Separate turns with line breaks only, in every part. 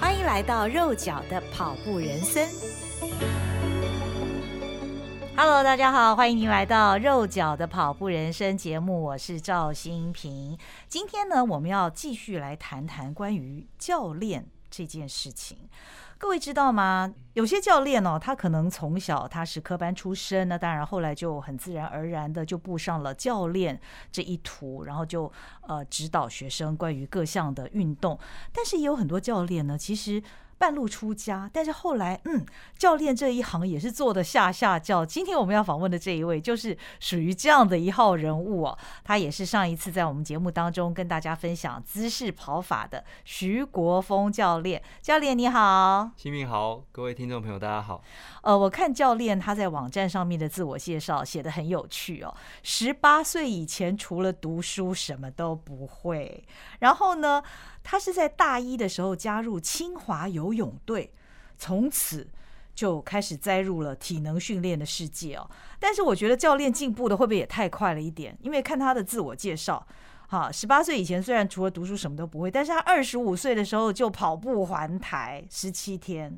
欢迎来到肉脚的跑步人生。Hello，大家好，欢迎您来到肉脚的跑步人生节目，我是赵新平。今天呢，我们要继续来谈谈关于教练这件事情。各位知道吗？有些教练哦，他可能从小他是科班出身，那当然后来就很自然而然的就步上了教练这一途，然后就呃指导学生关于各项的运动。但是也有很多教练呢，其实半路出家，但是后来嗯，教练这一行也是做的下下教。今天我们要访问的这一位就是属于这样的一号人物哦，他也是上一次在我们节目当中跟大家分享姿势跑法的徐国峰教练。教练你好。
新民好，各位听众朋友，大家好。
呃，我看教练他在网站上面的自我介绍写的很有趣哦。十八岁以前除了读书什么都不会，然后呢，他是在大一的时候加入清华游泳队，从此就开始栽入了体能训练的世界哦。但是我觉得教练进步的会不会也太快了一点？因为看他的自我介绍。哈，十八岁以前虽然除了读书什么都不会，但是他二十五岁的时候就跑步环台十七天，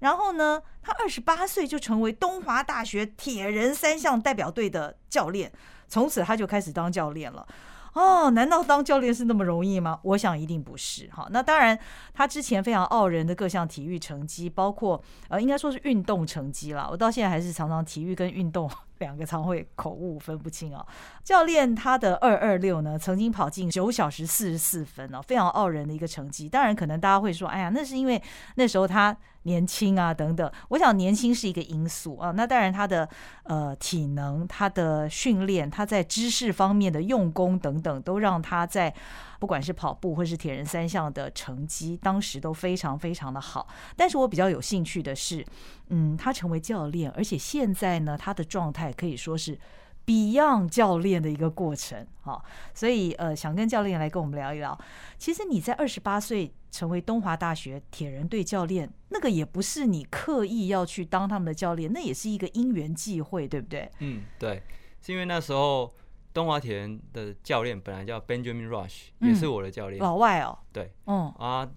然后呢，他二十八岁就成为东华大学铁人三项代表队的教练，从此他就开始当教练了。哦，难道当教练是那么容易吗？我想一定不是哈。那当然，他之前非常傲人的各项体育成绩，包括呃，应该说是运动成绩啦。我到现在还是常常体育跟运动 两个常会口误分不清哦。教练他的二二六呢，曾经跑进九小时四十四分哦，非常傲人的一个成绩。当然，可能大家会说，哎呀，那是因为那时候他年轻啊，等等。我想年轻是一个因素啊。那当然，他的呃体能、他的训练、他在知识方面的用功等等，都让他在不管是跑步或是铁人三项的成绩，当时都非常非常的好。但是我比较有兴趣的是，嗯，他成为教练，而且现在呢，他的状态可以说是 Beyond 教练的一个过程哈、所以呃，想跟教练来跟我们聊一聊。其实你在二十八岁成为东华大学铁人队教练，那个也不是你刻意要去当他们的教练，那也是一个因缘际会，对不对？
嗯，对，是因为那时候东华铁人的教练本来叫 Benjamin Rush，、
嗯
也是我的教练。
老外哦，
对
嗯
啊，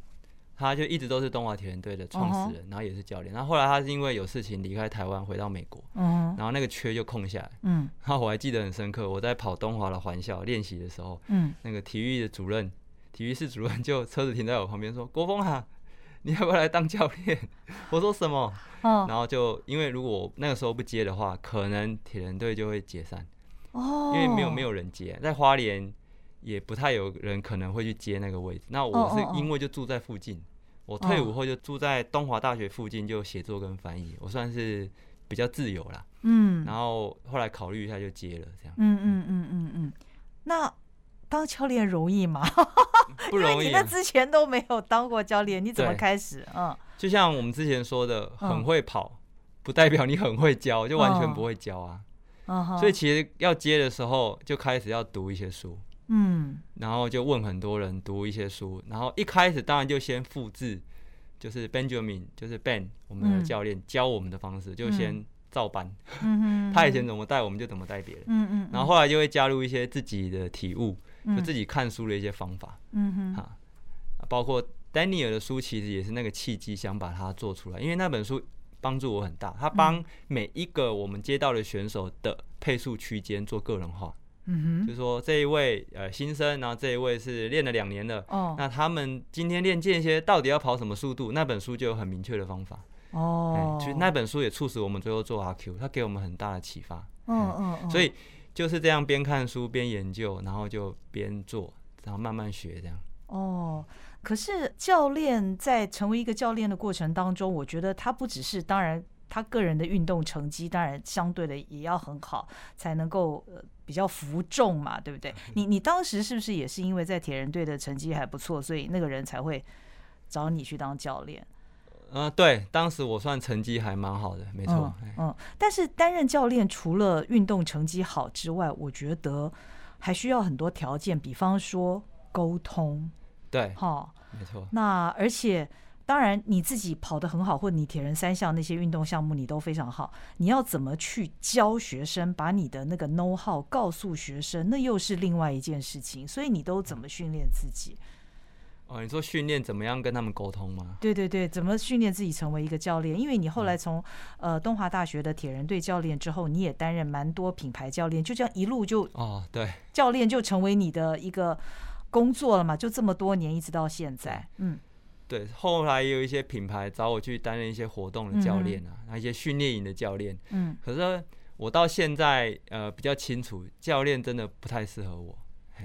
他就一直都是东华铁人队的创始
哦
人，然后也是教练。然后后来他是因为有事情离开台湾回到美国，
嗯哼
然后那个缺就空下来。
嗯
然后我还记得很深刻，我在跑东华的环校练习的时候，
嗯，
那个体育的主任，体育室主任就车子停在我旁边说：“国风啊，你要不要来当教练？”我说什么？
哦
然后就因为如果我那个时候不接的话，可能铁人队就会解散，
哦，
因为没有没有人接，在花莲也不太有人可能会去接那个位置。那我
哦哦
是因为就住在附近，我退伍后就住在东华大学附近，就写作跟翻译，我算是比较自由啦。
嗯，
然后后来考虑一下就接了，这样
嗯嗯嗯嗯嗯，那当教练容易吗？
不
因为
容
你
易、
那
啊。
之前都没有当过教练，你怎么
对
开始？嗯
就像我们之前说的，
嗯
很会跑。不代表你很会教，就完
嗯
全不会教啊。
嗯哼，
所以其实要接的时候，就开始要读一些书。
嗯
然后就问很多人读一些书，然后一开始当然就先复制，就是 Benjamin，就是 Ben 我们
嗯
的教练、教我们的方式，就先照搬，
嗯哼，
他以前怎么带我们就怎么带别人。
嗯嗯，
然后后来就会加入一些自己的体悟，
嗯
就自己看书的一些方法
嗯哼
哈、啊包括丹尼尔的书其实也是那个契机想把它做出来，因为那本书帮助我很大，他
嗯
帮每一个我们接到的选手的配速区间做个人化，
嗯
就说这一位呃新生，然后这一位是练了两年了，
哼，哦
那他们今天练间歇到底要跑什么速度？那本书就有很明确的方法。哎
哦，
其实那本书也促使我们最后做 RQ，它给我们很大的启发。
嗯嗯嗯，
所以就是这样边看书边研究，然后就边做，然后慢慢学这样。
哦，可是教练在成为一个教练的过程当中，我觉得他不只是当然。他个人的运动成绩当然相对的也要很好，才能够呃比较服众嘛，对不对？
嗯
你你当时是不是也是因为在铁人队的成绩还不错，所以那个人才会找你去当教练？
嗯、对，当时我算成绩还蛮好的，没错。哎
嗯嗯。但是担任教练除了运动成绩好之外，我觉得还需要很多条件，比方说沟通，
对，
哈、
没错。
那而且，当然你自己跑得很好，或者你铁人三项那些运动项目你都非常好，你要怎么去教学生，把你的那个 know how 告诉学生，那又是另外一件事情。所以你都怎么训练自己？
哦，你说训练怎么样跟他们沟通吗？
对对对，怎么训练自己成为一个教练？因为你
嗯
后来从呃东华大学的铁人队教练之后，你也担任蛮多品牌教练，就这样一路就
哦，对，
教练就成为你的一个工作了嘛，就这么多年一直到现在，嗯。
对，后来也有一些品牌找我去担任一些活动的教练啊，那一些训练营的教练。
嗯，
可是我到现在呃比较清楚，教练真的不太适合我。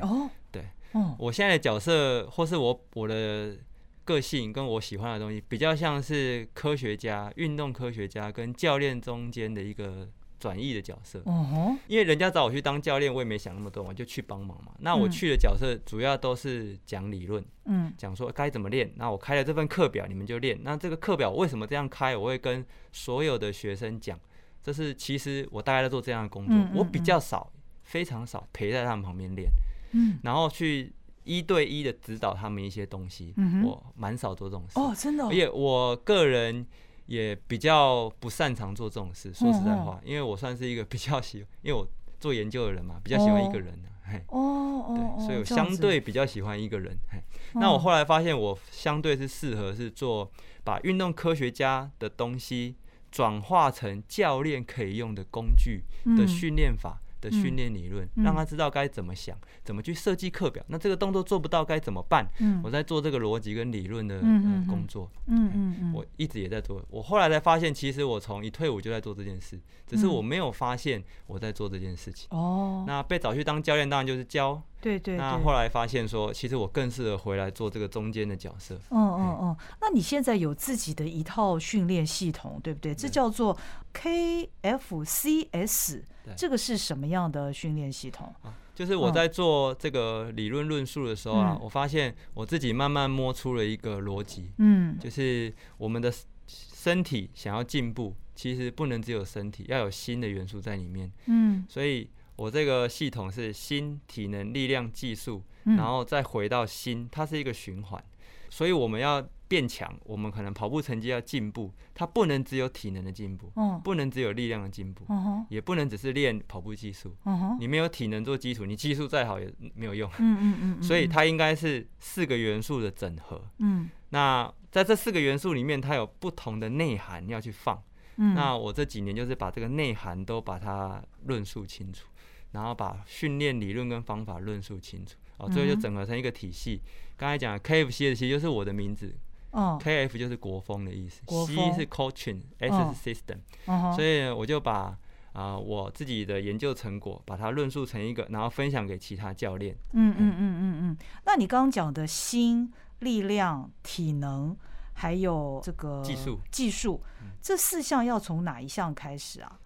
哦，
对，
哦，
我现在的角色或是我我的个性跟我喜欢的东西，比较像是科学家、运动科学家跟教练中间的一个转移的角色。
哦吼，
因为人家找我去当教练，我也没想那么多嘛，就去帮忙嘛。那我
嗯
去的角色主要都是讲理论，
嗯
讲说该怎么练。那我开了这份课表，你们就练。那这个课表为什么这样开？我会跟所有的学生讲，这是其实我大概在做这样的工作，
嗯嗯
我比较少，非常少陪在他们旁边练，
嗯，
然后去一对一的指导他们一些东西。
嗯哼
我哎蛮少做这种事，
哦，真的、哦
而，且我个人。也比较不擅长做这种事，说实在话，
哦
因为我算是一个比较喜，因为我做研究的人嘛，比较喜欢一个人、啊，嘿
哦哦，
对，
哦
所以我
这样
相
子
对比较喜欢一个人。嘿那我
哦
后来发现，我相对是适合是做把运动科学家的东西转化成教练可以用的工具的
嗯
训练法。的训
嗯
练理论，
嗯
让他知道该怎么想，怎么去设计课表。那这个动作做不到该怎么办？
嗯
我在做这个逻辑跟理论的、
嗯嗯
呃
嗯
工作，
嗯嗯嗯，
我一直也在做。我后来才发现，其实我从一退伍就在做这件事，只是
嗯
我没有发现我在做这件事情。
哦，
那被找去当教练，当然就是教
对对对，
那后来发现说，其实我更适合回来做这个中间的角色。
嗯嗯嗯，那你现在有自己的一套训练系统，对不对？这叫做 KFCS，
对
这个是什么样的训练系统？
啊就是我在做这个理论论述的时候啊，
嗯
我发现我自己慢慢摸出了一个逻辑，
嗯
就是我们的 s- 身体想要进步，其实不能只有身体，要有新的元素在里面。
嗯
所以我这个系统是心、体能、力量、技术，
嗯，
然后再回到心，它是一个循环。所以我们要变强，我们可能跑步成绩要进步，它不能只有体能的进步，
嗯
不能只有力量的进步。
嗯哼
也不能只是练跑步技术，
嗯哼，
你没有体能做基础，你技术再好也没有用。
嗯嗯嗯嗯，
所以它应该是四个元素的整合。
嗯
那在这四个元素里面，它有不同的内涵要去放。
嗯
那我这几年就是把这个内涵都把它论述清楚，然后把训练理论跟方法论述清楚。哦，最
嗯
后就整合成一个体系。刚才讲的 KFC 的其实就是我的名字
哦
，KF 就是国风的意思
国
，C
风
是 coaching，S
嗯
是 system。
嗯哼
所以呢我就把啊、我自己的研究成果，把它论述成一个，然后分享给其他教练。
嗯嗯嗯嗯嗯。那你刚刚讲的心、力量、体能，还有这个
技术嗯
技术这四项要从哪一项开始啊？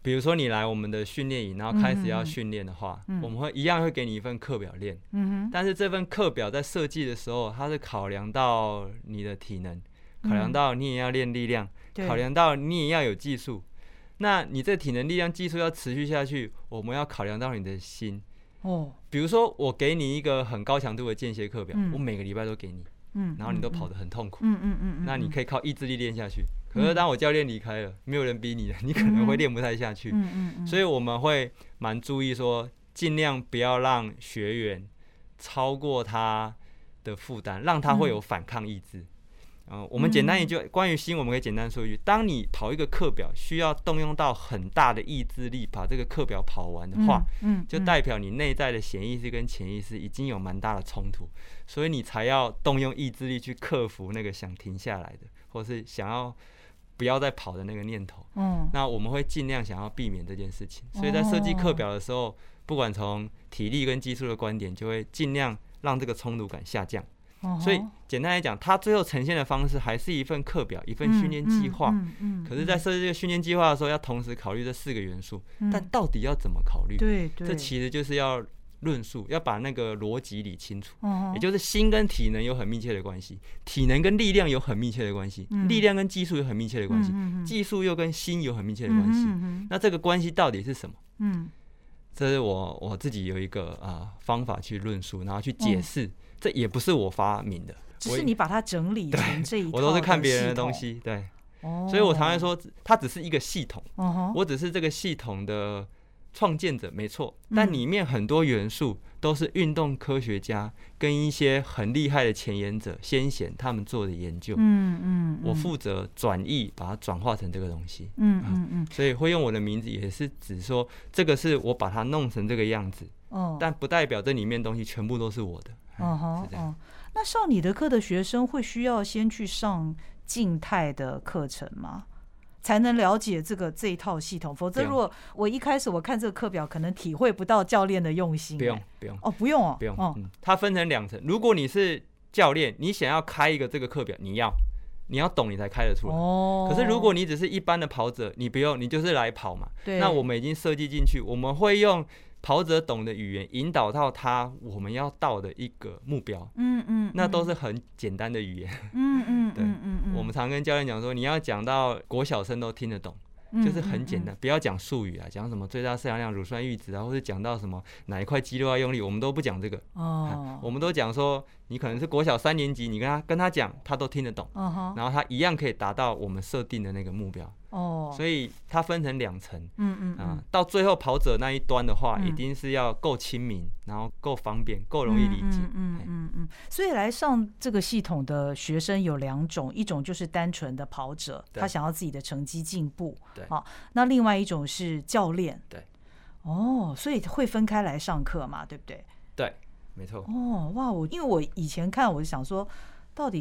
比如说你来我们的训练营，然后开始要
嗯嗯嗯
训练的话，
嗯
我们会一样会给你一份课表练，
嗯哼，
但是这份课表在设计的时候，它是考量到你的体能，考量到你也要练力量，
嗯对，
考量到你也要有技术。那你这体能、力量、技术要持续下去，我们要考量到你的心。
哦，
比如说，我给你一个很高强度的间歇课表，
嗯
我每个礼拜都给你，
嗯，
然后你都
嗯
跑，得很痛苦。
嗯嗯嗯嗯，
那你
嗯
可以靠意志力练下去。可是当我教练离开了，没有人逼你了，你可能会练不太下去。
嗯嗯嗯，
所以我们会蛮注意说，尽量不要让学员超过他的负担，让他会有反抗意志。嗯、我们简单一句，关于心，我们可以简单说一句：当你跑一个课表，需要动用到很大的意志力把这个课表跑完的话，
嗯，嗯，
就
嗯
代表你内在的潜意识跟潜意识已经有蛮大的冲突，所以你才要动用意志力去克服那个想停下来的，或是想要不要再跑的那个念头。
嗯
那我们会尽量想要避免这件事情，所以在设计
哦
课表的时候，不管从体力跟技术的观点，就会尽量让这个冲突感下降。
嗯哼
所以简单来讲，它最后呈现的方式还是一份课表，一份训练计划。
嗯嗯嗯
可是，在设计这个训练计划的时候，要同时考虑这四个元素，
嗯
但到底要怎么考虑？
对对，
这其实就是要论述，要把那个逻辑理清楚。
嗯哼
也就是心跟体能有很密切的关系，体能跟力量有很密切的关系，
嗯
力量跟技术有很密切的关系，
嗯嗯嗯
技术又跟心有很密切的关系。
嗯
那这个关系到底是什么？
嗯嗯
这是我我自己有一个啊、呃方法去论述，然后去
嗯
解释。这也不是我发明的，
只
我
是你把它整理成这一套，
我都是看别人的东，西，对，
哦、
所以我常常说，它只是一个系统，
嗯哼，
我只是这个系统的创建者，没错，
嗯
但里面很多元素都是运动科学家跟一些很厉害的前沿者、先贤他们做的研究，
嗯嗯，
我
嗯
负责转译，把它转化成这个东西。
嗯嗯嗯，
所以会用我的名字，也是指说这个是我把它弄成这个样子，
哦，
但不代表这里面东西全部都是我的。
嗯
哎是
哼
这样
哦，那上你的课的学生会需要先去上静态的课程吗？才能了解这个这一套系统，否则
不用
如果我一开始我看这个课表，可能体会不到教练的用心、
不用
哎，
不用，
哦，不用哦，
不用。
哦，
嗯，它分成两层。如果你是教练，你想要开一个这个课表，你要你要懂，你才开得出来。
哦
可是如果你只是一般的跑者，你不用，你就是来跑嘛。
对
那我们已经设计进去，我们会用跑者懂的语言引导到他我们要到的一个目标，
嗯嗯，
那都
是
是很简单的语言。
嗯嗯
对
嗯嗯嗯，
我们常跟教练讲说，你要讲到国小生都听得懂，
嗯
就是很简。
嗯嗯
单，不要讲术语啊，讲什么最大摄氧量、乳酸阈值啊，或者讲到什么哪一块肌肉要用力，我们都不讲这个。
哦，
啊我们都讲说，你可能是国小三年级，你跟他跟他讲，他都听得懂，
嗯哼，
然后他一样可以达到我们设定的那个目标。
哦，
所以它分成两层
嗯嗯
啊
嗯，，
到最后跑者那一端的话，
嗯
一定是要够亲民，然后够方便，够容易理解。
嗯嗯嗯嗯。所以来上这个系统的学生有两种，一种就是单纯的跑者，
对
他想要自己的成绩进步，
对
好、那另外一种是教练，
对，
哦，所以会分开来上课嘛，对不对？
对，没错。
哦，哇，我因为我以前看，我就想说，到底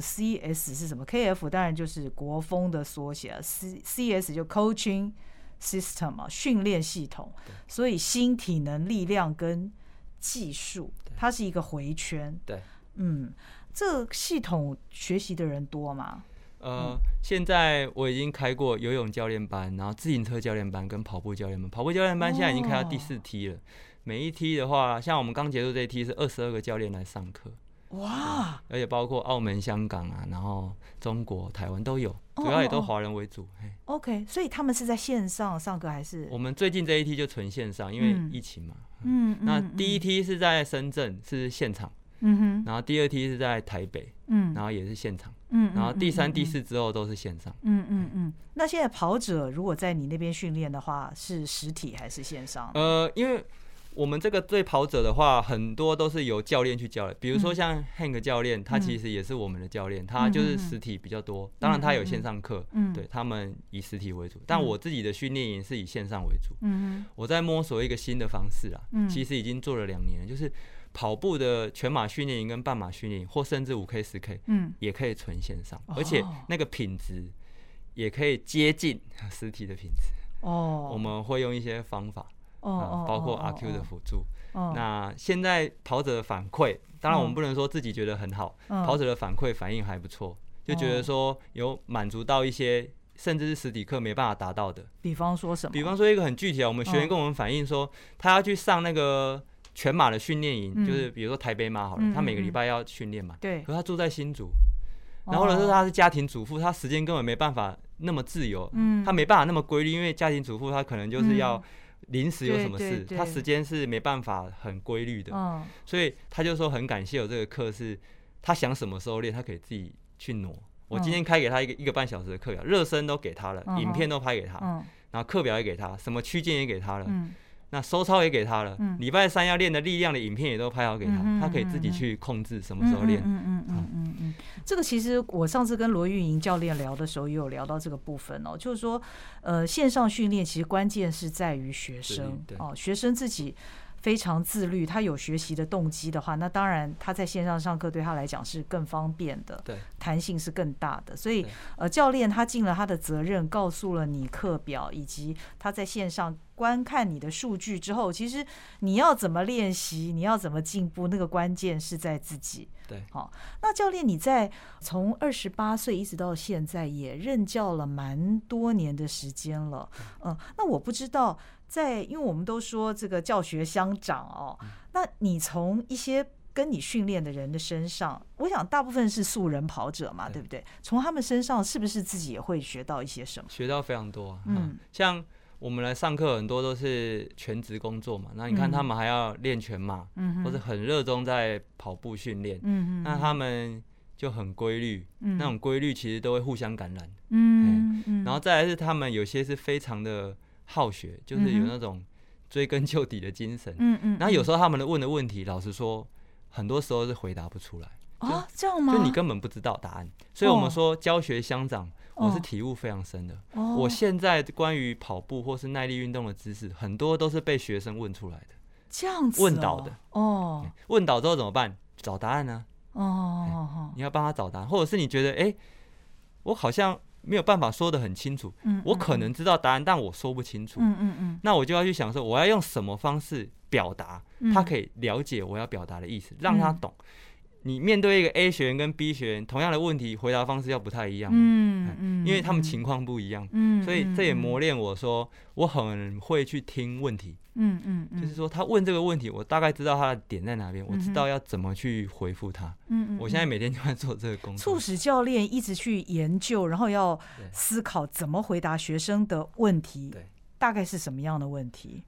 KFCS 是什么？KF 当然就是国风的缩写啊，C CS 就 Coaching System 嘛，训练系统。所以新体能、力量跟技术，它是一个回圈。
对，
嗯，这个系统学习的人多吗？嗯
呃，现在我已经开过游泳教练班，然后自行车教练班跟跑步教练班。跑步教练班现在已经开到第
哦
四梯了。每一梯的话，像我们刚结束这一梯是二十二个教练来上课，
哇，
而且包括澳门、香港啊，然后中国、台湾都有，
哦
主要也
哦
都
哦
华人为主。嘿
OK，所以他们是在线上上课还是？
我们最近这一梯就纯线上，因为
嗯
疫情嘛。
嗯，
那
嗯
第一，梯是在深圳，是现场。
嗯哼，
然后第二梯是在台北，
嗯
然后也是现场，
嗯，
然后第三、第
四。嗯嗯
四之后都是线上。
嗯嗯嗯，那现在跑者如果在你那边训练的话，是实体还是线上？
呃，因为我们这个对跑者的话，很多都是由教练去教的，比如
嗯
说像 Hank 教练，他其实也是我们的教练，他就是实体比较多，当然他有线上课，
嗯
对他们以实体为主，但我自己的训练营是以线上为主。
嗯
我在摸索一个新的方式啊，
嗯
其实已经做了两年了，就是跑步的全马训练营跟半马训练营，或甚至五 K、十 K，
嗯
也可以存线上，
哦
而且那个品质也可以接近实体的品质。
哦，
我们会用一些方法，
哦
啊
哦，
包括
哦
阿 Q 的，辅助。
哦哦
那现在跑者的反馈，当然我
嗯
们不能说自己觉得很好，
嗯哦
跑者的反馈反应还不错，就觉得说有满足到一些。甚至是实体课没办法达到的，
比方说什么？
比方说一个很具体啊，我们学员跟我们反映说，他要去上那个全马的训练营，
嗯
就是比如说台北马好了，
嗯
他每个
嗯
礼
嗯
拜要训练嘛，
对
可，是他住在新竹，然后或者是
哦，
他是家庭主妇，他时间根本没办法那么自由，
嗯
他没办法那么规律，因为家庭主妇他可能就是要临时有什么
对
事，
对对
他时间是没办法很规律的，
嗯
所以他就说很感谢有这个课，是他想什么时候练，他可以自己去挪。
哦
我今天开给他一个一个半小时的课表，热身都给他了
嗯，哼
影片都拍给他，
嗯
然后课表也给他，什么区间也给他了，
嗯，
那收操也给他了
嗯，
礼拜三要练的力量的影片也都拍好给
嗯哼
他，他可以自己
嗯哼
去控制什么时候练。
嗯嗯嗯嗯嗯嗯，这个其实我上次跟罗玉莹教练聊的时候，也有聊到这个部分哦，就是说，呃，线上训练其实关键是在于学生
对对
哦，学生自己。非常自律，他有学习的动机的话，那当然他在线上上课对他来讲是更方便的，
对，
弹性是更大的。所以
对
呃，教练他尽了他的责任，告诉了你课表以及他在线上观看你的数据之后，其实你要怎么练习，你要怎么进步，那个关键是在自己。
对，
好，那教练你在从二十八岁一直到现在也任教了蛮多年的时间了，嗯，那我不知道在，因为我们都说这个教学相长哦，
嗯
那你从一些跟你训练的人的身上，我想大部分是素人跑者嘛，
对
对不对？从他们身上是不是自己也会学到一些什么？
学到非常多、啊。
嗯
嗯，像我们来上课很多都是全职工作嘛，那你看
嗯
他们还要练全马，
嗯
或者很热衷在跑步训练，
嗯
那他们就很规律，
嗯
那种规律其实都会互相感染。
嗯嗯
然后再来是他们有些是非常的好学，就是有
嗯哼
那种追根究底的精神。
嗯嗯，
然后有时候他们的问的问题，老实说，很多时候是回答不出来，
候啊这样吗？
就你根本不知道答案。所以我
哦
们说教学相长，我是
哦
体悟非常深的。
哦
我现在关于跑步或是耐力运动的知识，很多都是被学生问出来的。
这样子
问
哦
导的
哦
问到之后怎么办？找答案呢、
哦哦，哦
你要帮他找答案，或者是你觉得，哎、我好像没有办法说得很清楚，
嗯，
我
嗯
可能知道答案，但我说不清楚。
嗯嗯嗯，
那我就要去想说，我要用什么方式表达，
嗯
他可以了解我要表达的意思，让他懂。你面对一个 A 学员跟 B 学员同样的问题，回答方式要不太一样，哎
嗯嗯，
因为他们
嗯，
情况不一样，
嗯，
所以这也
嗯
磨，练我说我很会去听问题，
嗯嗯嗯，
就是说他问这个问题，我大概知道他的点在哪边，我
嗯
知
哼
道要怎么去回复他。
嗯，嗯
我现在
嗯
每天就在做这个工
促
作，
使教练一直去研究，然后要
对
思考怎么回答学生的问题，
对，
大概是什么样的问题？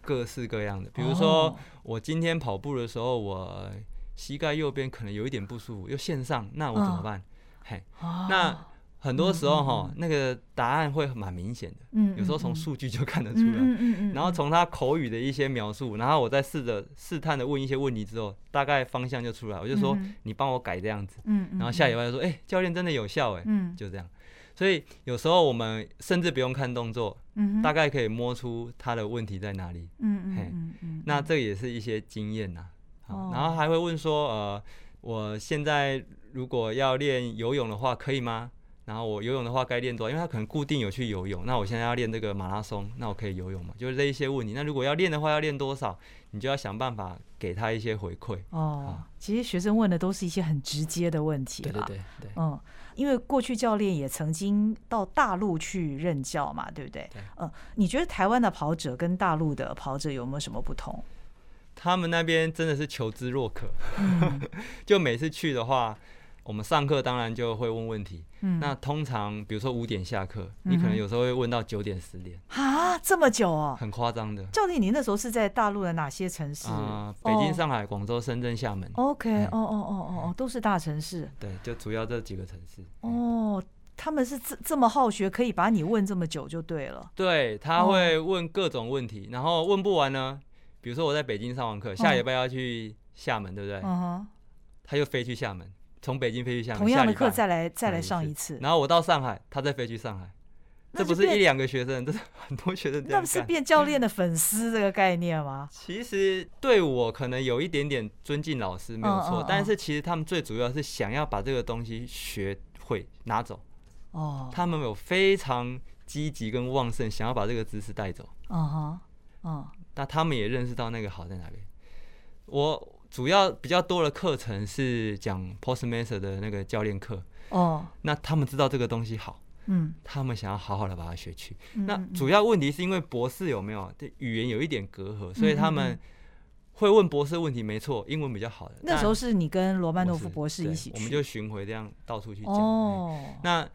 各式各样的，比如说
哦，
我今天跑步的时候，我膝盖右边可能有一点不舒服，又线上，那我怎么
嗯
办？嘿，
哦
那很多时候哈
嗯嗯，
那个答案会蛮明显的，
嗯，
有时候从
嗯
数据就看得
嗯
出来，
嗯嗯嗯，
然后从他口语的一些描述，然后我再试着试探的问一些问题之后，大概方向就出来，我就说
嗯哼
你帮我改这样子，
嗯，嗯
然后下礼，拜就说，哎，教练真的有效哎，
嗯
就这样。所以有时候我们甚至不用看动作，
嗯，
大
概，
概可以摸出他的问题在哪里。
嗯
嘿
嗯嗯嗯，
那这也是一些经验呐、好
哦
然后还会问说，呃，我现在如果要练游泳的话，可以吗？然后我游泳的话该练多少，因为他可能固定有去游泳。那我现在要练这个马拉松，那我可以游泳嘛？就是这一些问题。那如果要练的话，要练多少？你就要想办法给他一些回馈。
哦
啊，
其实学生问的都是一些很直接的问题，
对对。对对，
嗯，因为过去教练也曾经到大陆去任教嘛，对不对？
对
嗯，你觉得台湾的跑者跟大陆的跑者有没有什么不同？
他们那边真的是求知若渴。
嗯
就每次去的话，我们上课当然就会问问题。
嗯
那通常比如说五点下课，你
嗯
可
哼
能有时候会问到九点十点，
啊，这么久 哦！
很夸张的。
教练，你那时候是在大陆的哪些城市？
啊、北京、
哦、
上海、广州、深圳、厦门，
OK，
哎
哦哦哦哦哦，都是大城市
对，就主要这几个城市。嗯，
哦。他们是这这么好学，可以把你问这么久就对了。
对，他会问各种问题，然后问不完呢，比如说我在北京上完课，
哦
下礼拜要去厦门，对不对？
嗯
他又飞去厦门，从北京飞去厦
哼，
门，
同样的
下礼拜
课再来再
下
来
一
上
次
一次，
然后我到上海，他再飞去上海，
那
这不
就是
一
变
两个学生， 这是很多学生这
那
样
不是
干。
变教练的粉丝这个概念吗？
其实对我可能有一点点尊敬老师没有
嗯嗯
错，
嗯
但是其实他们最主要是想要把这个东西学会拿走，
哦，
他们有非常积极跟旺盛，想要把这个知识带走。
嗯哼，嗯。
那他们也认识到那个好在哪边。我主要比较多的课程是讲 Postmaster 的那个教练课，
哦，
那他们知道这个东西好，
嗯，
他们想要好好的把它学去。
嗯
那
嗯嗯
主要问题是因为博士有没有对语言有一点隔阂，所以他
嗯
们会问博士问题，没错，英文比较好的。
那时候是你跟罗曼诺
但我
夫
是
博士
对
一起去，
我们就巡回这样到处去讲。哎
哦，
那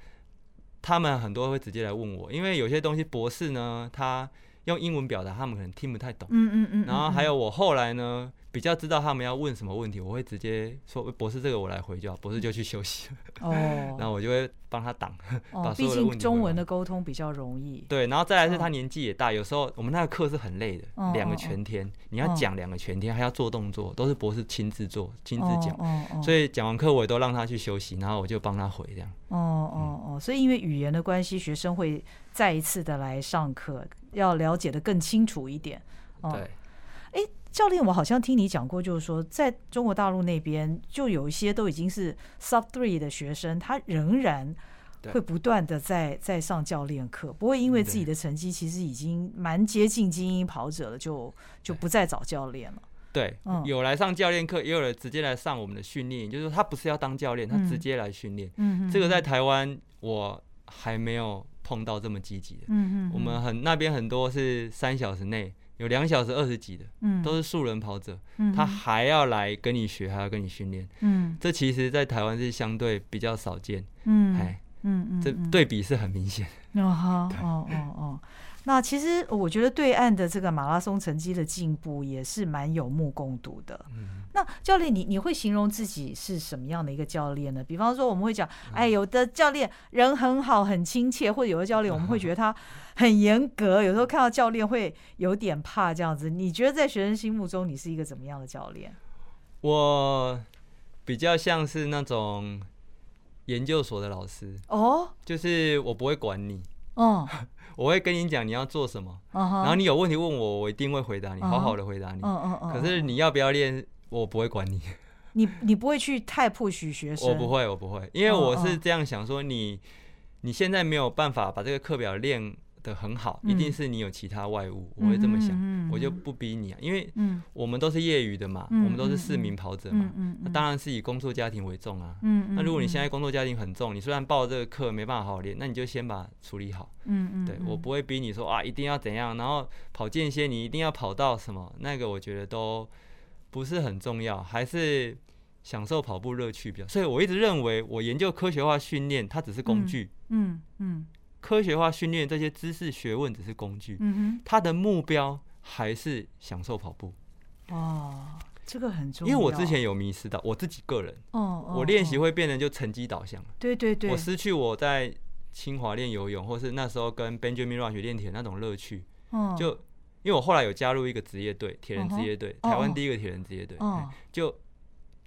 他们很多会直接来问我，因为有些东西博士呢，他用英文表达，他们可能听不太懂。
嗯嗯嗯，
然后
嗯
还有我后来呢，比较知道他们要问什么问题，我会直接说呃博士这个我来回就好，博士就去休息了，
哦，
然后我就会帮他挡。
哦
把，
毕
所有的问
竟
题
中
问
文
完
的沟通比较容易，
对，然后再来
嗯
是他年纪也大，有时候我们那个课是很累的
嗯，嗯
两个全天，你要
嗯
讲两个全天，还要做动作，都是博士亲自做、亲自讲，
哦哦，
所
以
以讲完课我也都让他去休息，然后我就帮他回这样。
哦
嗯
哦哦，所以因为语言的关系，学生会再一次的来上课，要了解的更清楚一点。哦，
对，
教练，我好像听你讲过，就是说，在中国大陆那边，就有一些都已经是 sub three 的学生，他仍然
对
会不断的在在上教练课，不会因为自己的成绩其实已经蛮接近精英跑者了，就就不再找教练了。
对，
嗯
有来上教练课，也有人直接来上我们的训练，也就是说他不是要当教练，他
嗯
直接来训练。
嗯
这个在台湾我还没有碰到这么积极的。
嗯嗯，
我们很那边很多是三小时内有两小时二十几的，
嗯
都是素人跑者，
嗯
他还要来跟你学，还要跟你训练。
嗯
这其实，在台湾是相对比较少见，
嗯
哎、
嗯嗯
这对比是很明显。
哦哈，哦哦哦，那其实我觉得对岸的这个马拉松成绩的进步也是蛮有目共睹的。
嗯
那教练，你你会形容自己是什么样的一个教练呢？比方说，我们会讲，
嗯
哎，有的教练人很好，很亲切，或者有的教练我们会觉得他很严格，有时候看到教练会有点怕这样子。你觉得在学生心目中，你是一个怎么样的教练？
我比较像是那种研究所的老师，
哦，
就是我不会管你，
哦，
我会跟你讲你要做什么，
嗯哼，
然后你有问题问我，我一定会回答你，
嗯哼
好好的回答你。
嗯嗯嗯，
可是你要不要练，我不会管你，
你你不会去太 push 学生，
我不
会，
会，我不会，因为
嗯
我是
嗯
这样想说你，你现在没有办法把这个课表练得很好，一定
嗯
是你有其他外物，我会这么想，
嗯
我就不逼你啊，因为
嗯
我们都是业余的嘛，
嗯
我们都
嗯
是市
嗯
民跑者嘛
嗯，嗯，
那当然是以工作家庭为重啊。
嗯，嗯
那如果你现
在，
在工作家庭很重，你虽然报这个课没办法好好练，那你就先把它处理好。
嗯嗯，
对
嗯
我，不会逼你说啊，一定要怎样，然后跑间歇你一定要跑到什么，那个我觉得都不是很重要，还是享受跑步乐趣比较。所以我一直认为，我研究科学化训练它只是工具，
嗯嗯
科学化训练这些知识学问只是工具，
嗯
它的目标还是享受跑步。
哼，哦，这个很重
因
要，
为我之前有迷失到我自己个人，
哦，哦，
我练习
哦，
会变成就成绩导向。
对对对，
我失去我在清华练游泳，或是那时候跟 Benjamin Rush 练铁那种乐趣。
嗯，
就因为我后来有加入一个职业队，铁人职业队，
嗯哼
台
哦哦
湾第一个铁人职业队，
哦
哎就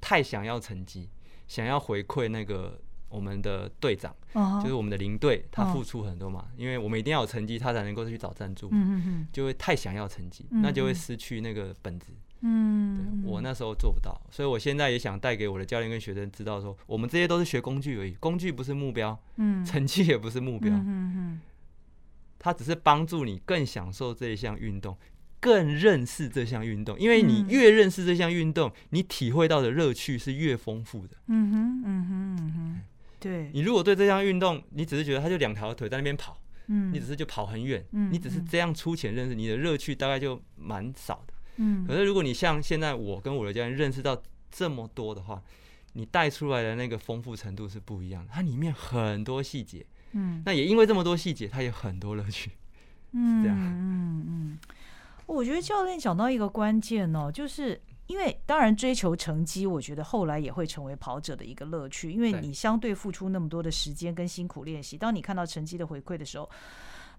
太想要成绩，想要回馈那个我们的队长，
哦，
就是我们的领队，他
哦
付出很多嘛，因为我们一定要有成绩，他才能够去找赞助嘛，
嗯嗯
就会太想要成绩，
嗯
那就会
嗯
失去那个本质。对
嗯，
我那时候做不到，所以我现在也想带给我的教练跟学生知道说，我们这些都是学工具而已，工具不是目标，
嗯
成绩也不是目标，
嗯
它只是帮助你更享受这一项运动，更认识这项运动。因为你
嗯
越认识这项运动，你体会到的乐趣是越丰富的。
嗯哼嗯哼嗯哼，对，
你如果对这项运动，你只是觉得它就两条腿在那边跑，
嗯，
你只是就跑很远，
嗯
你只是这样粗浅认识，你的乐趣大概就蛮少的。
嗯，
可是如果你像现在我跟我的教练认识到这么多的话，你带出来的那个丰富程度是不一样的，它里面很多细节，
嗯
那也因为这么多细节，它有很多乐趣。
嗯
这样
嗯嗯，我觉得教练讲到一个关键哦，就是。因为当然追求成绩，我觉得后来也会成为跑者的一个乐趣，因为
对
你相对付出那么多的时间跟辛苦练习，当你看到成绩的回馈的时候，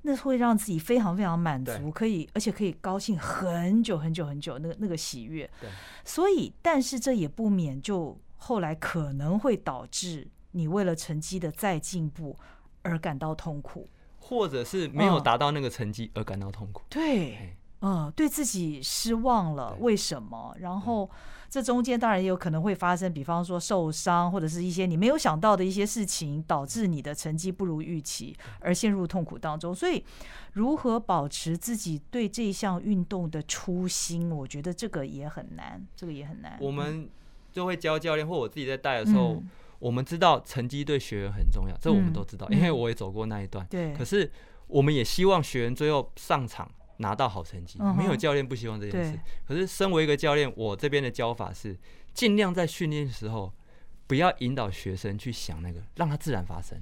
那会让自己非常非常满足，
对
可以而且可以高兴很久很久很久，那个那个喜悦
对。
所以，但是这也不免就后来可能会导致你为了成绩的再进步而感到痛苦。
或者是没有
嗯
达到那个成绩而感到痛苦。
对
哎，
嗯，对自己失望了，
对嗯
为什么？然后这中间当然也有可能会发生，比方说受伤，或者是一些你没有想到的一些事情，导致你的成绩不如预期，而陷入痛苦当中。所以，如何保持自己对这项运动的初心，我觉得这个也很难，这个也很难。
我们就会教教练或我自己在带的时候，
嗯
我们知道成绩对学员很重要，这我们
嗯
都知道，
嗯
因为我也走过那一段。
对
可，是我们也希望学员最后上场拿到好成绩，
嗯哼
没有教练不希望这件事
对。
可是身为一个教练，我这边的教法是尽量在训练的时候不要引导学生去想那个，让它自然发生。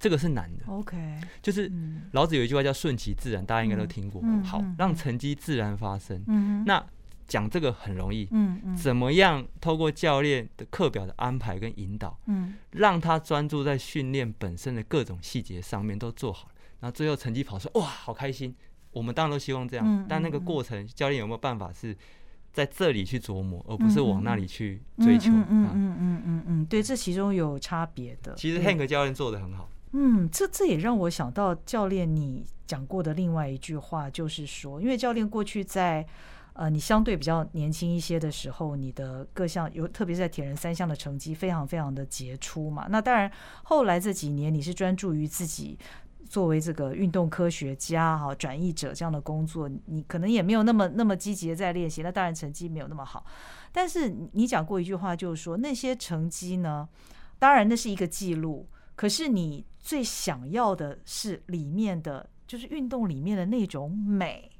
这个是难的，
OK，
就是
嗯
老子有一句话叫“顺其自然”，大家应该都
嗯
听过
嗯。
好
嗯，
让成绩自然发生。
嗯哼，
那讲这个很容易，
嗯嗯
怎么样透过教练的课表的安排跟引导，
嗯
让他专注在训练本身的各种细节上面都做好了，然后最后成绩跑出来，哇，好开心！我们当然都希望这样，
嗯
但那个
嗯嗯
过程，教练有没有办法是在这里去琢磨，而不是往那里去
嗯
追求？
嗯嗯
啊、
嗯嗯嗯嗯，对，这其中有差别的。
其实
对
Hank 教练做的很好，
嗯，这这也让我想到教练你讲过的另外一句话，就是说，因为教练过去在呃，你相对比较年轻一些的时候，你的各项有，特别是在铁人三项的成绩非常非常的杰出嘛。那当然，后来这几年你是专注于自己作为这个运动科学家哈、转译者这样的工作，你可能也没有那么那么积极的在练习，那当然成绩没有那么好。但是你讲过一句话，就是说那些成绩呢，当然那是一个记录，可是你最想要的是里面的，就是运动里面的那种美。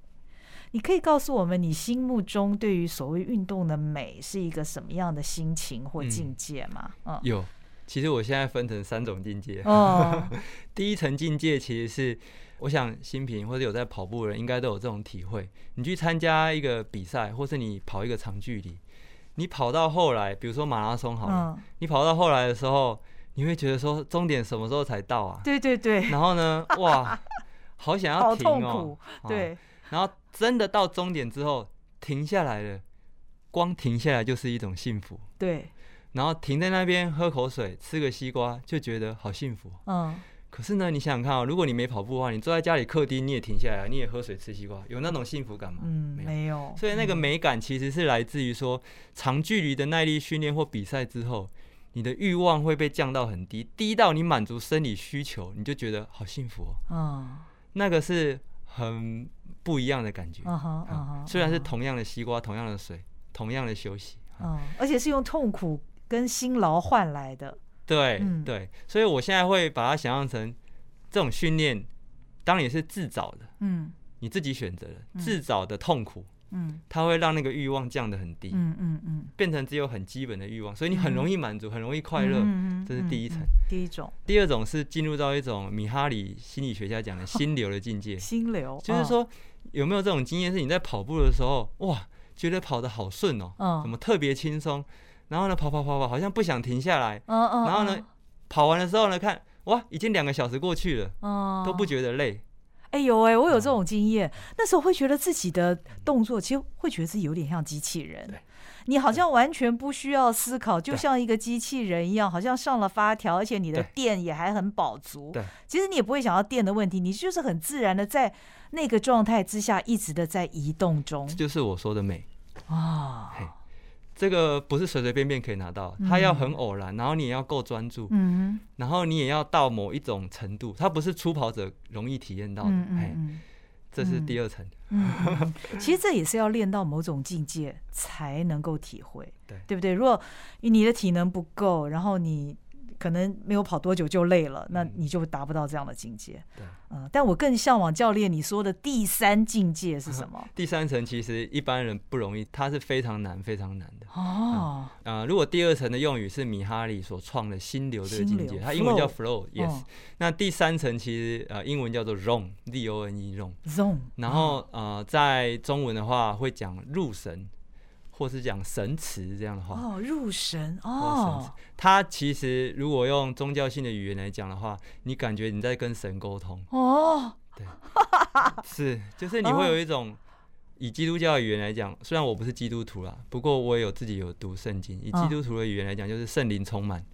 你可以告诉我们，你心目中对于所谓运动的美是一个什么样的心情或境界吗？嗯，
有，其实我现在分成三种境界。
哦，
第一层境界其实是，我想新平或者有在跑步的人应该都有这种体会。你去参加一个比赛，或是你跑一个长距离，你跑到后来，比如说马拉松好了，
嗯，
你跑到后来的时候，你会觉得说终点什么时候才到啊？
对对对，
然后 呢，哇，好想要
好
停
痛
哦
苦，，
啊。
对，
然后真的到终点之后停下来了，光停下来就是一种幸福。
对，
然后停在那边喝口水，吃个西瓜，就觉得好幸福哦。
嗯，
可是呢，你想想看啊、如果你没跑步的话，你坐在家里客厅，你也停下来，你也喝水吃西瓜，有那种幸福感吗？
嗯，
没有。
没有，
所以那个
嗯
美感其实是来自于说，长距离的耐力训练或比赛之后，你的欲望会被降到很低，低到你满足生理需求，你就觉得好幸福哦。
嗯
那个是很不一样的感觉。
嗯哼
啊
嗯哼，
虽然是
嗯哼
同样的西瓜、同样的水、同样的休息，
嗯，而且是用痛苦跟辛劳换来的，
对、
嗯
对，所以我现在会把它想象成这种训练，当然也是自找的，
嗯
你自己选择的
嗯
自找的痛苦，
嗯
它会让那个欲望降得很低，
嗯嗯嗯，
变成只有很基本的欲望，所以你很容易满足，很容易快乐。
嗯嗯
这是
嗯
第一层
嗯第一种
第二种是进入到一种米哈里心理学家讲的心流的 境界，
心流，
就是
嗯，
说有没有这种经验，是你在跑步的时候，哇，觉得跑得好顺哦，
嗯
怎么特别轻松，然后呢跑跑跑跑，好像不想停下来，
嗯嗯，
然后呢跑完的时候呢看，哇，已经两个小时过去了。
嗯，嗯
都不觉得累，
哎、有哎、
嗯
我有这种经验。那时候会觉得自己的动作，其实会觉得自己有点像机器人
对。
你好像完全不需要思考，就
对
像一个机器人一样，好像上了发条，而且你的
对
电也还很饱足。
对，
其实你也不会想到电的问题，你就是很自然的在那个状态之下，一直的在移动中
这就是我说的美。
啊。
嘿这个不是随随便便可以拿到，它要很偶然，然后你也要够专注，
嗯
然后你也要到某一种程度，它不是初跑者容易体验到的。
嗯
嘿
嗯
这是第二层。
嗯嗯，嗯 其实这也是要练到某种境界才能够体会。
对
对不对？如果你的体能不够，然后你可能没有跑多久就累了，那
嗯
你就达不到这样的境界。
对
嗯、但我更向往教练你说的第三境界是什 么？
第三层其实一般人不容易，它是非常难、非常难的。
哦，
啊、如果第二层的用语是米哈里所创的心流这个境
心
界，
流
它英文叫
flow，
flow，yes、
哦
那第三层其实呃英文叫做 zone，z o n e zone。
zone，
然后
啊
呃在中文的话会讲入神，或是讲神词这样的话。
哦，入神
或神
哦
词，它其实如果用宗教性的语言来讲的话，你感觉你在跟神沟通，
哦，
是，就是你会有一种以基督教的语言来讲，虽然我不是基督徒啦，不过我也有自己有读圣经。以基
嗯
督徒的语言来讲，就是圣灵充满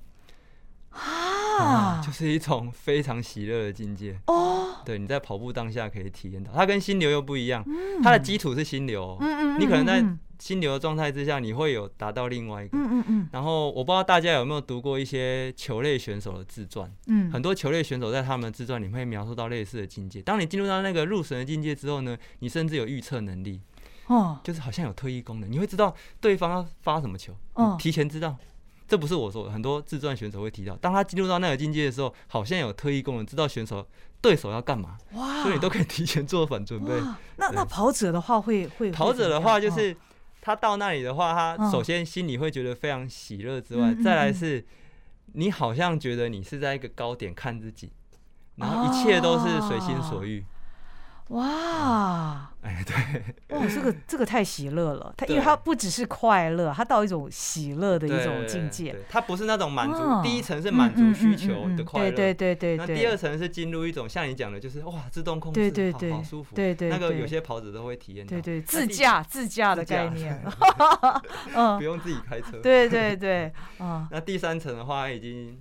啊，
就是一种非常喜乐的境界。
哦，
对，你在跑步当下可以体验到，它跟心流又不一样，它的基础是心流哦、
嗯嗯嗯，
你可能在
嗯
心流的状态之下，你会有达到另外一个。
嗯嗯嗯
然后我不知道大家有没有读过一些球类选手的自传，
嗯，
很多球类选手在他们的自传里面会描述到类似的境界。当你进入到那个入神的境界之后呢，你甚至有预测能力，
哦，
就是好像有特异功能，你会知道对方要发什么球，
嗯
你提前知道。这不是我说的，很多自传选手会提到，当他进入到那个境界的时候，好像有特异功能，知道选手对手要干嘛，
哇，
所以你都可以提前做反准备。
啊哇那
对
那跑者的话会会
跑者的话，
会
就
怎么样
是他到那里的话，他
嗯
首先心里会觉得非常喜乐之外，
嗯嗯
再来
嗯
是你好像觉得你是在一个高点看自己，然后一切都是随心所欲。
哦哇。
哎，对
哇，这个这个太喜乐了，它因为
对
它不只是快乐，它到一种喜乐的
对，
一种境
对
界。，
他不是那种满足，
哦
第一层是满足需求的快
嗯嗯嗯
乐，
嗯嗯对对对对
那
对。
第二层是进入一种像你讲的，就是哇，自动控制，
对对
好
对
好舒服。
对对
那个
对
有些跑者都会体验到，
对对
那
自
第
驾自驾的
自驾
概念，嗯
不，用自己开车。
对对对，啊、
那第三层的话，已经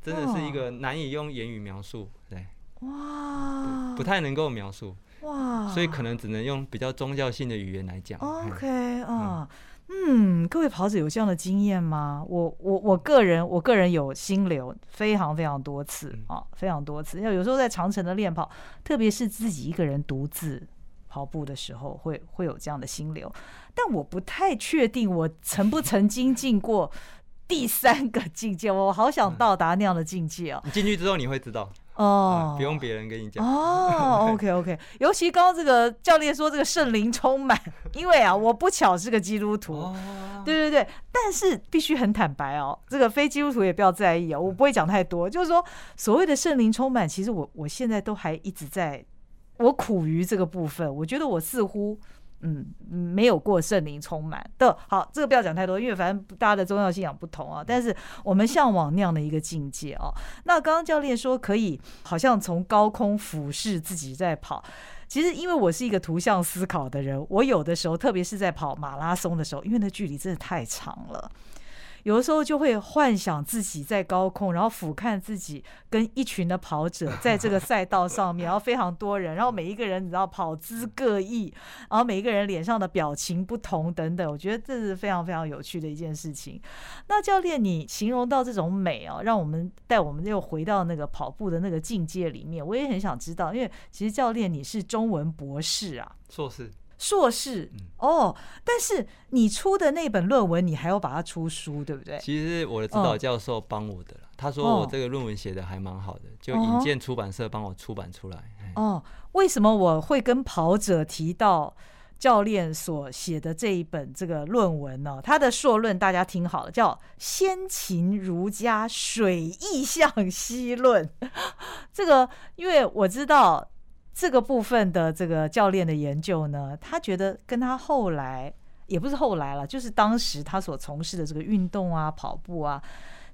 真的是一个难以用言语描述，对，
哇，
不太能够描述。
哇，
所以可能只能用比较宗教性的语言来讲。
哦
嗯
OK 啊、嗯，各位跑者有这样的经验吗？我我我个人我个人有心流，非常非常多次
嗯
啊，非常多次。要有时候在长城的练跑，特别是自己一个人独自跑步的时候，会会有这样的心流。但我不太确定我曾不曾经进过第三个境界，我好
嗯
想到达那样的境界哦。
你进去之后你会知道，
哦
嗯，不用别人跟你讲。
哦，OK OK，尤其刚刚这个教练说这个圣灵充满，因为啊，我不巧是个基督徒，
哦，
对对对，但是必须很坦白哦，这个非基督徒也不要在意哦，我不会讲太多，就是说所谓的圣灵充满，其实我我现在都还一直在，我苦于这个部分，我觉得我似乎。嗯，没有过圣灵充满的好，这个不要讲太多，因为反正大家的宗教信仰不同啊。但是我们向往那样的一个境界哦。那刚刚教练说可以，好像从高空俯视自己在跑，其实，因为我是一个图像思考的人，我有的时候，特别是在跑马拉松的时候，因为那距离真的太长了，有的时候就会幻想自己在高空，然后俯瞰自己跟一群的跑者在这个赛道上面，然后非常多人，然后每一个人你知道跑姿各异，然后每一个人脸上的表情不同等等，我觉得这是非常非常有趣的一件事情。那教练，你形容到这种美哦，让我们带我们又回到那个跑步的那个境界里面。我也很想知道，因为其实教练你是中文博士啊，
硕士，
硕士
嗯
哦，但是你出的那本论文，你还要把它出书，对不对？
其实是我的指导教授帮我的了，他说我这个论文写的还蛮好的，就
哦
引荐出版社帮我出版出来。哎
哦，为什么我会跟跑者提到教练所写的这一本这个论文呢？他的硕论大家听好了，叫《先秦儒家水意象析论》。这个，因为我知道这个部分的这个教练的研究呢，他觉得跟他后来也不是后来了，就是当时他所从事的这个运动啊、跑步啊。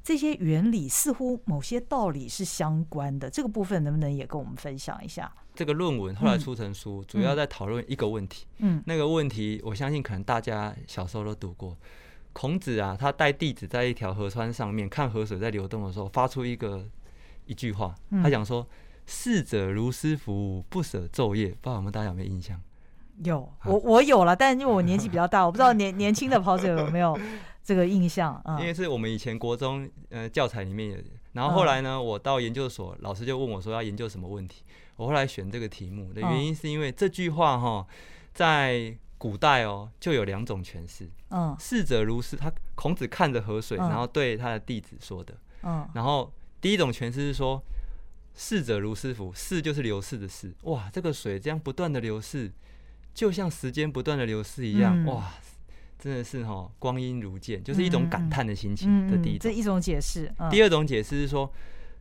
这些原理似乎某些道理是相关的，这个部分能不能也跟我们分享一下？
这个论文后来出成书，主要在讨论一个问题。
嗯
那个问题，我相信可能大家小时候都读过。孔子啊，他带弟子在一条河川上面看河水在流动的时候，发出一个一句话，
嗯
他讲说：“逝者如斯夫，不舍昼夜。”不知道我们大家有没有印象？
有，我我有了，但因为我年纪比较大，我不知道 年年轻的跑者有没有这个印象啊
因？为是我们以前国中呃教材里面有，然后后来
啊
呢，我到研究所，老师就问我说要研究什么问题，我后来选这个题目的
啊
原因是因为这句话哈，在古代哦就有两种诠释，
嗯
逝者如斯，他孔子看着河水，
嗯
然后对他的弟子说的，
嗯
然后第一种诠释是说。逝者如斯夫，逝就是流逝的逝。哇，这个水这样不断的流逝，就像时间不断的流逝一
嗯
样。哇，真的是哈，光阴如箭，就是一种感叹的心情。
嗯，
这
嗯
第一
这
种。
一种解释。嗯
第二种解释是说，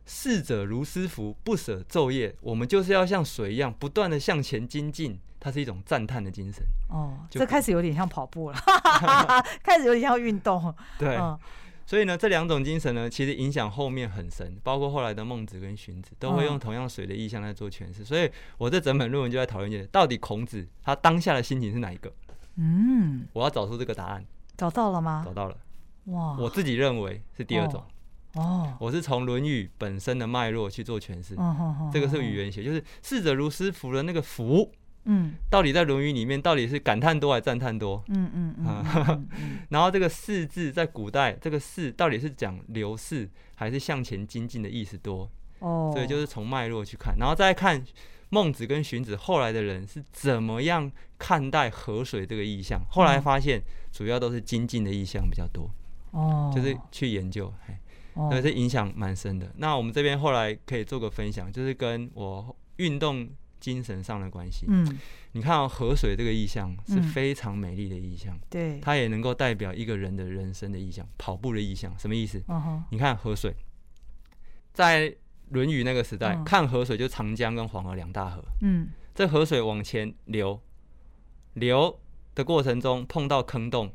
逝者如斯夫，不舍昼夜。我们就是要像水一样，不断的向前精进，它是一种赞叹的精神。
哦，
就
这开始有点像跑 步了， 哈哈哈哈开始有点像运动。
对，
嗯
所以呢，这两种精神呢，其实影响后面很深，包括后来的孟子跟荀子，都会
嗯
用同样水的意象来做诠释。所以我这整本论文就在讨论一点，到底孔子他当下的心情是哪一个？
嗯，
我要找出这个答案，
找到了吗
找？到了。
哇，
我自己认为是第二种，
啊哦，
我是从《论语》本身的脉络去做诠释。
嗯哼哼，
这个是语言学，就是逝者如斯夫的那个夫，
嗯，
到底在《论语》里面到底是感叹多还是赞叹多？
嗯嗯嗯嗯嗯嗯，
然后这个“逝”字在古代，这个“逝”到底是讲流逝还是向前精进的意思多？
哦，
所以就是从脉络去看，然后再看孟子跟荀子后来的人是怎么样看待河水这个意象。后
嗯
来发现主要都是精进的意象比较多，
哦，
就是呃去研究，嘿
哦
那是影响蛮深的。那我们这边后来可以做个分享，就是跟我运动精神上的关系。
嗯，
你看、哦、河水这个意象是
嗯
非常美丽的意象，
对，
它也能够代表一个人的人生的意象，跑步的意象，什么意思？
嗯哼，
你看河水，在《论语》那个时代，
嗯
看河水就长江跟黄河两大河。
嗯
这河水往前流，流的过程中碰到坑洞，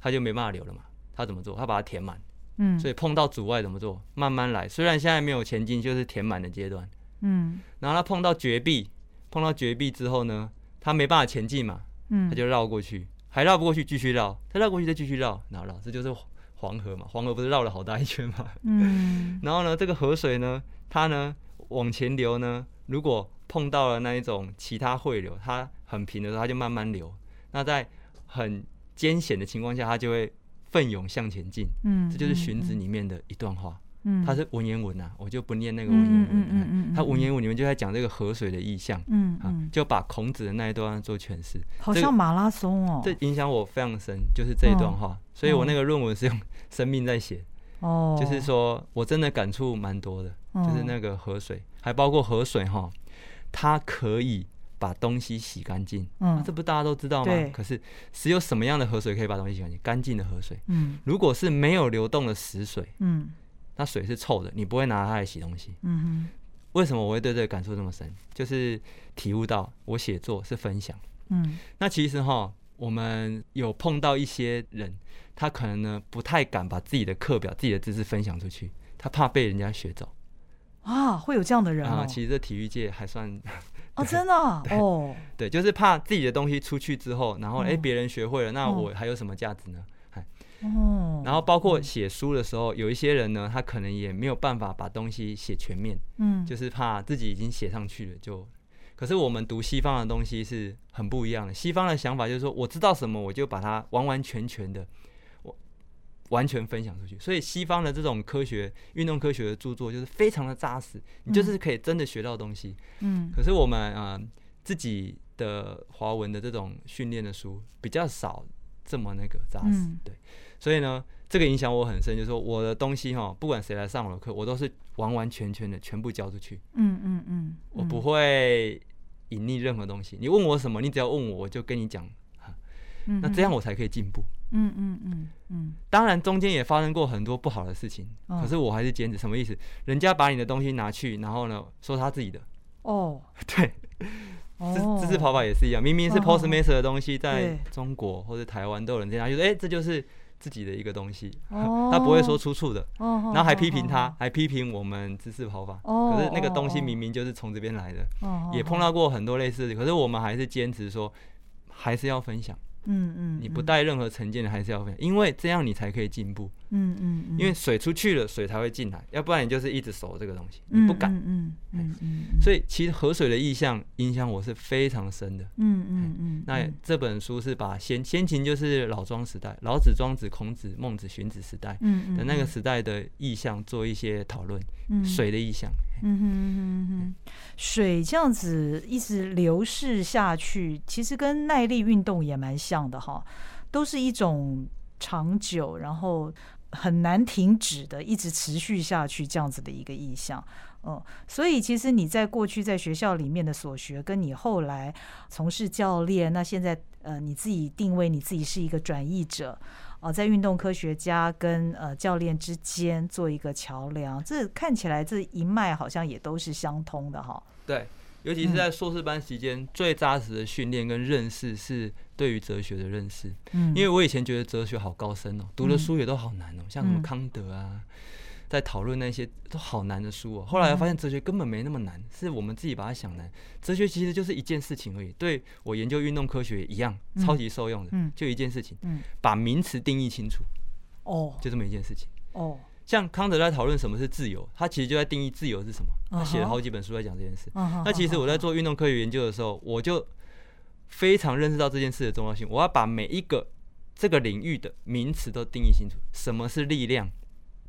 它就没办法流了嘛。它怎么做？它把它填满。
嗯，
所以碰到阻碍怎么做？慢慢来。虽然现在没有前进，就是填满的阶段。
嗯
然后它碰到绝壁，碰到绝壁之后呢，它没办法前进嘛，
嗯，
它就绕过去，还绕不过去，继续绕，它绕过去再继续绕，然后绕，这就是黄河嘛。黄河不是绕了好大一圈嘛？
嗯
然后呢，这个河水呢，它呢往前流呢，如果碰到了那一种其他汇流，它很平的时候，它就慢慢流；那在很艰险的情况下，它就会奋勇向前进。
嗯，
这就是《荀子》里面的一段话，
嗯，嗯，
它是文言文啊，我就不念那个文言文。
嗯嗯嗯嗯嗯
它文言文里面就在讲这个河水的意象
嗯
啊
嗯，，
就把孔子的那一段做诠释。
好
这个
像马拉松哦，
这影响我非常深，就是这一段
嗯
话，所以我那个论文是用生命在写，
哦，
就是说我真的感触蛮多的，就是
嗯
那个河水，还包括河水哈，它可以把东西洗干净，
嗯
啊这不大家都知道
对
吗？可是只有什么样的河水可以把东西洗干净？干净的河水，
嗯
如果是没有流动的死水，
嗯
那水是臭的，你不会拿它来洗东西。
嗯哼
为什么我会对这个感触这么深？就是体悟到我写作是分享。
嗯
那其实哈，我们有碰到一些人，他可能呢不太敢把自己的课表、自己的知识分享出去，他怕被人家学走
啊，会有这样的人
啊。
哦，
其实这体育界还算
哦，真的啊哦，
对，就是怕自己的东西出去之后，然后哎
嗯
别人学会了，那
嗯
我还有什么价值呢？哎
哦，
然后包括写书的时候，有一些人呢，他可能也没有办法把东西写全面，
嗯，
就是怕自己已经写上去了就。可是我们读西方的东西是很不一样的。西方的想法就是说，我知道什么，我就把它完完全全的，我完全分享出去。所以西方的这种科学、运动科学的著作就是非常的扎实，你就是可以真的学到东西。
嗯
可是我们啊、呃自己的华文的这种训练的书比较少这么那个扎实，
嗯
对，所以呢，这个影响我很深，就是说我的东西哈，不管谁来上我的课，我都是完完全全的全部交出去，
嗯嗯嗯，
我
嗯
不会隐匿任何东西。你问我什么，你只要问我，我就跟你讲，
嗯
那
哼
这样我才可以进步。
嗯嗯嗯嗯
当然，中间也发生过很多不好的事情，
嗯
可是我还是坚持。什么意思？人家把你的东西拿去，然后呢，说他自己的，
哦
对，
哦，
这这次跑法也是一样，明明是
哦哦哦
Post Master 的东西，在
对
中国或者台湾都有人这样，就是哎、这就是自己的一个东西，
哦
他不会说出处的，
哦，哦
然后还批评，
哦
他，还批评我们知识跑法。
哦
可是那个东西
哦哦
明明就是从这边来的，
哦哦
也碰到过很多类似的，可是我们还是坚持说，还是要分享，
嗯嗯，
你不
嗯，
带任何成见的还是要分享，因为这样你才可以进步，
嗯嗯嗯，
因为水出去了，水才会进来，要不然你就是一直守这个东西，
嗯
你不敢。
嗯嗯嗯嗯，
所
以
以其实河水的意象影响我是非常深的。
嗯嗯嗯，
那
嗯
这本书是把先先秦就是老庄时代，老子、庄子、孔子、孟子、荀子时代
嗯
的那个
嗯
时代的意象做一些讨论，
嗯
水的意象。
嗯哼嗯哼嗯哼，水这样子一直流逝下去，其实跟耐力运动也蛮像的哈，都是一种长久，然后很难停止的，一直持续下去这样子的一个意向。嗯，所以其实你在过去在学校里面的所学，跟你后来从事教练，那现在呃你自己定位你自己是一个转译者，哦，在运动科学家跟呃教练之间做一个桥梁，这看起来这一脉好像也都是相通的哈。
对，尤
嗯
其是在硕士班期间，最扎实的训练跟认识是对于哲学的认识。
嗯
因为我以前觉得哲学好高深哦，读的书也都好难哦，像什
嗯
么康德啊，在讨论那些都好难的书哦。后来
嗯
发现哲学根本没那么难，是我们自己把它想难。哲学其实就是一件事情而已，对我研究运动科学也一样，
嗯
超级受用的
嗯，
就一件事情
嗯，
把名词定义清楚，
哦
就这么一件事情。
哦，
像康德在讨论什么是自由，他其实就在定义自由是什么。他写
嗯
了
哼
好几本书在讲这件事。
那
那其实我
嗯
在做运动科学研究的时候，我就非常认识到这件事的重要性。我要把每一个这个领域的名词都定义清楚，什么是力量，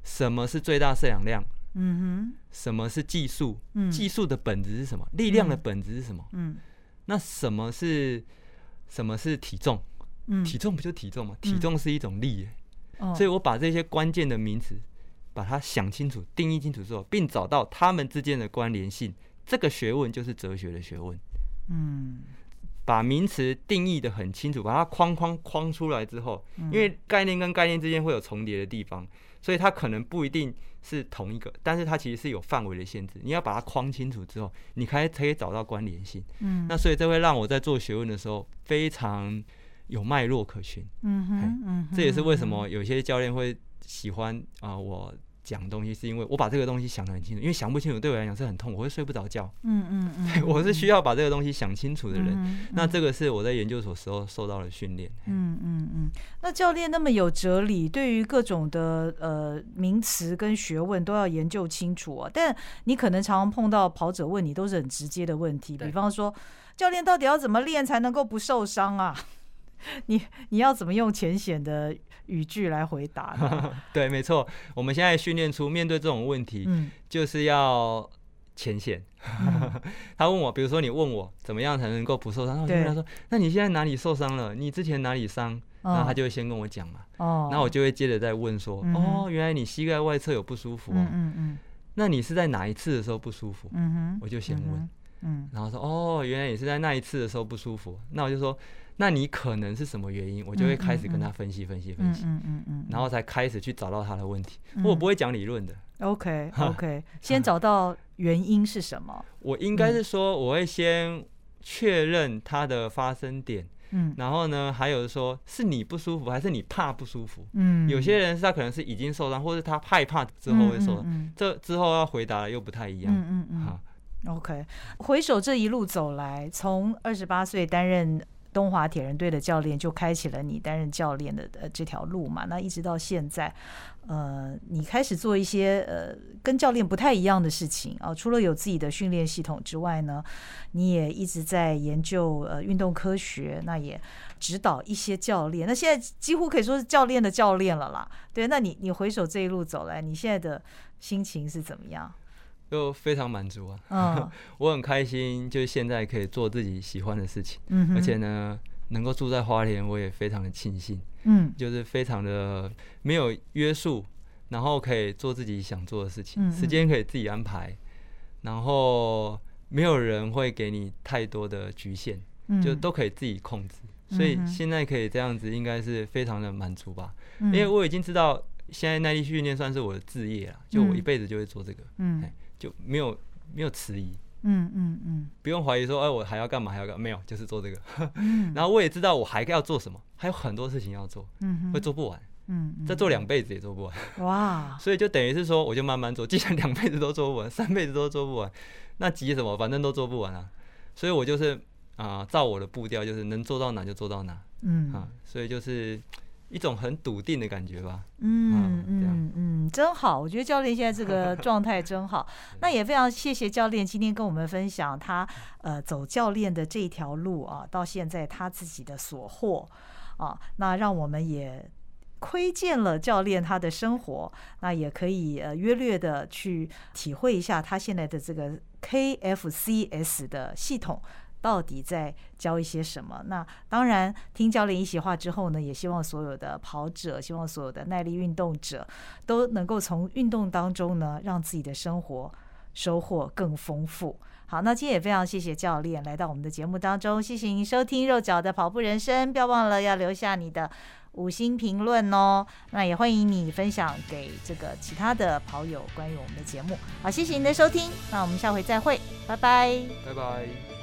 什么是最大摄氧量，
嗯
什么是技术，
嗯
技术的本质是什么，力量的本质是什么？
哼嗯
那什么是什么是体重？
嗯，
体重不就体重吗？体重是一种力耶、
哦
所以我把这些关键的名词，把它想清楚、定义清楚之后，并找到它们之间的关联性，这个学问就是哲学的学问。
嗯
把名词定义的很清楚，把它框框框出来之后，
嗯
因为概念跟概念之间会有重叠的地方，所以它可能不一定是同一个，但是它其实是有范围的限制。你要把它框清楚之后，你才才可以找到关联性。
嗯
那所以这会让我在做学问的时候非常呃有脉络可循。
嗯哼嗯哼，
这也是为什么有些教练会喜欢啊、我讲东西，是因为我把这个东西想得很清楚，因为想不清楚对我来讲是很痛苦，我会睡不着觉。
嗯嗯嗯，
我是需要把这个东西想清楚的人。
嗯
那这个是我在研究所时候受到的训练。
嗯嗯嗯，那教练那么有哲理，对于各种的呃名词跟学问都要研究清楚啊。但你可能常常碰到跑者问你都是很直接的问题，
对
比方说教练到底要怎么练才能够不受伤啊？ 你你要怎么用浅显的语句来回答 呢？
对，没错，我们现在训练出面对这种问题，
嗯
就是要浅显。
嗯
他问我，比如说你问我怎么样才能够不受伤，那我就
对
问他说：“那你现在哪里受伤了？你之前哪里伤？”然后他
哦
就会先跟我讲嘛，
哦，
然后我就会接着再问说：“
嗯哼
哦，原来你膝盖外侧有不舒服
嗯
哦，
嗯嗯
那你是在哪一次的时候不舒服
嗯哼，
我就先问
嗯哼，？”
然后说：“哦，原来你是在那一次的时候不舒服。”那我就说：“那你可能是什么原因？”我就会开始跟他分析分析分
嗯嗯
析，
嗯嗯嗯，
然后才开始去找到他的问题。
嗯
我不会讲理论的，
OK OK，先找到原因是什么？
我应该是
嗯
说，我会先确认它的发生点，
嗯
然后呢，还有说是你不舒服，还是你怕不舒服？
嗯，
有些人是他可能是已经受伤，或是他害怕之后会受伤，
嗯
这之后要回答的又不太一
嗯
样。
嗯嗯嗯
啊，
嗯，OK。回首这一路走来，从二十八岁担任东华铁人队的教练，就开启了你担任教练的呃这条路嘛。那一直到现在，呃，你开始做一些呃跟教练不太一样的事情啊、除了有自己的训练系统之外呢，你也一直在研究呃运动科学，那也指导一些教练。那现在几乎可以说是教练的教练了啦。对，那你你回首这一路走来，你现在的心情是怎么样？
就非常满足啊！
嗯
我很开心，就是现在可以做自己喜欢的事情，
嗯哼，
而且呢，能够住在花莲，我也非常的庆幸，
嗯
就是非常的没有约束，然后可以做自己想做的事情，
嗯嗯
时间可以自己安排，然后没有人会给你太多的局限，
嗯
就都可以自己控制。所以
嗯哼
现在可以这样子，应该是非常的满足吧。
因
因为我已经知道现在耐力训练算是我的置业了，就我
嗯
一辈子就会做这个，
嗯
哎就没有没有迟疑，
嗯嗯嗯
不用怀疑说，哎，我还要干嘛还要干嘛，没有，就是做这个。
嗯，
然后我也知道我还要做什么，还有很多事情要做，
嗯
会
哼
做不完，
嗯嗯
再做两辈子也做不完，
哇
所以就等于是说，我就慢慢做，既然两辈子都做不完，三辈子都做不完，那急什么？反正都做不完啊。所以我就是啊、照我的步调，就是能做到哪就做到哪
嗯
啊，所以就是一种很笃定的感觉吧。
嗯
啊这样
嗯嗯，真好！我觉得教练现在这 个状态真好。那也非常谢谢教练今天跟我们分享他呃走教练的这一条路啊，到现在他自己的所获啊，那让我们也。窥见了教练他的生活，那也可以呃约略的去体会一下他现在的这个 KFCS 的系统到底在教一些什么？那当然，听教练一席话之后呢，也希望所有的跑者，希望所有的耐力运动者，都能够从运动当中呢，让自己的生活收获更丰富。好，那今天也非常谢谢教练来到我们的节目当中，谢谢您收听《肉脚的跑步人生》，不要忘了要留下你的五星评论哦。那也欢迎你分享给这个其他的跑友关于我们的节目。好，谢谢您的收听，那我们下回再会，拜拜。
拜拜。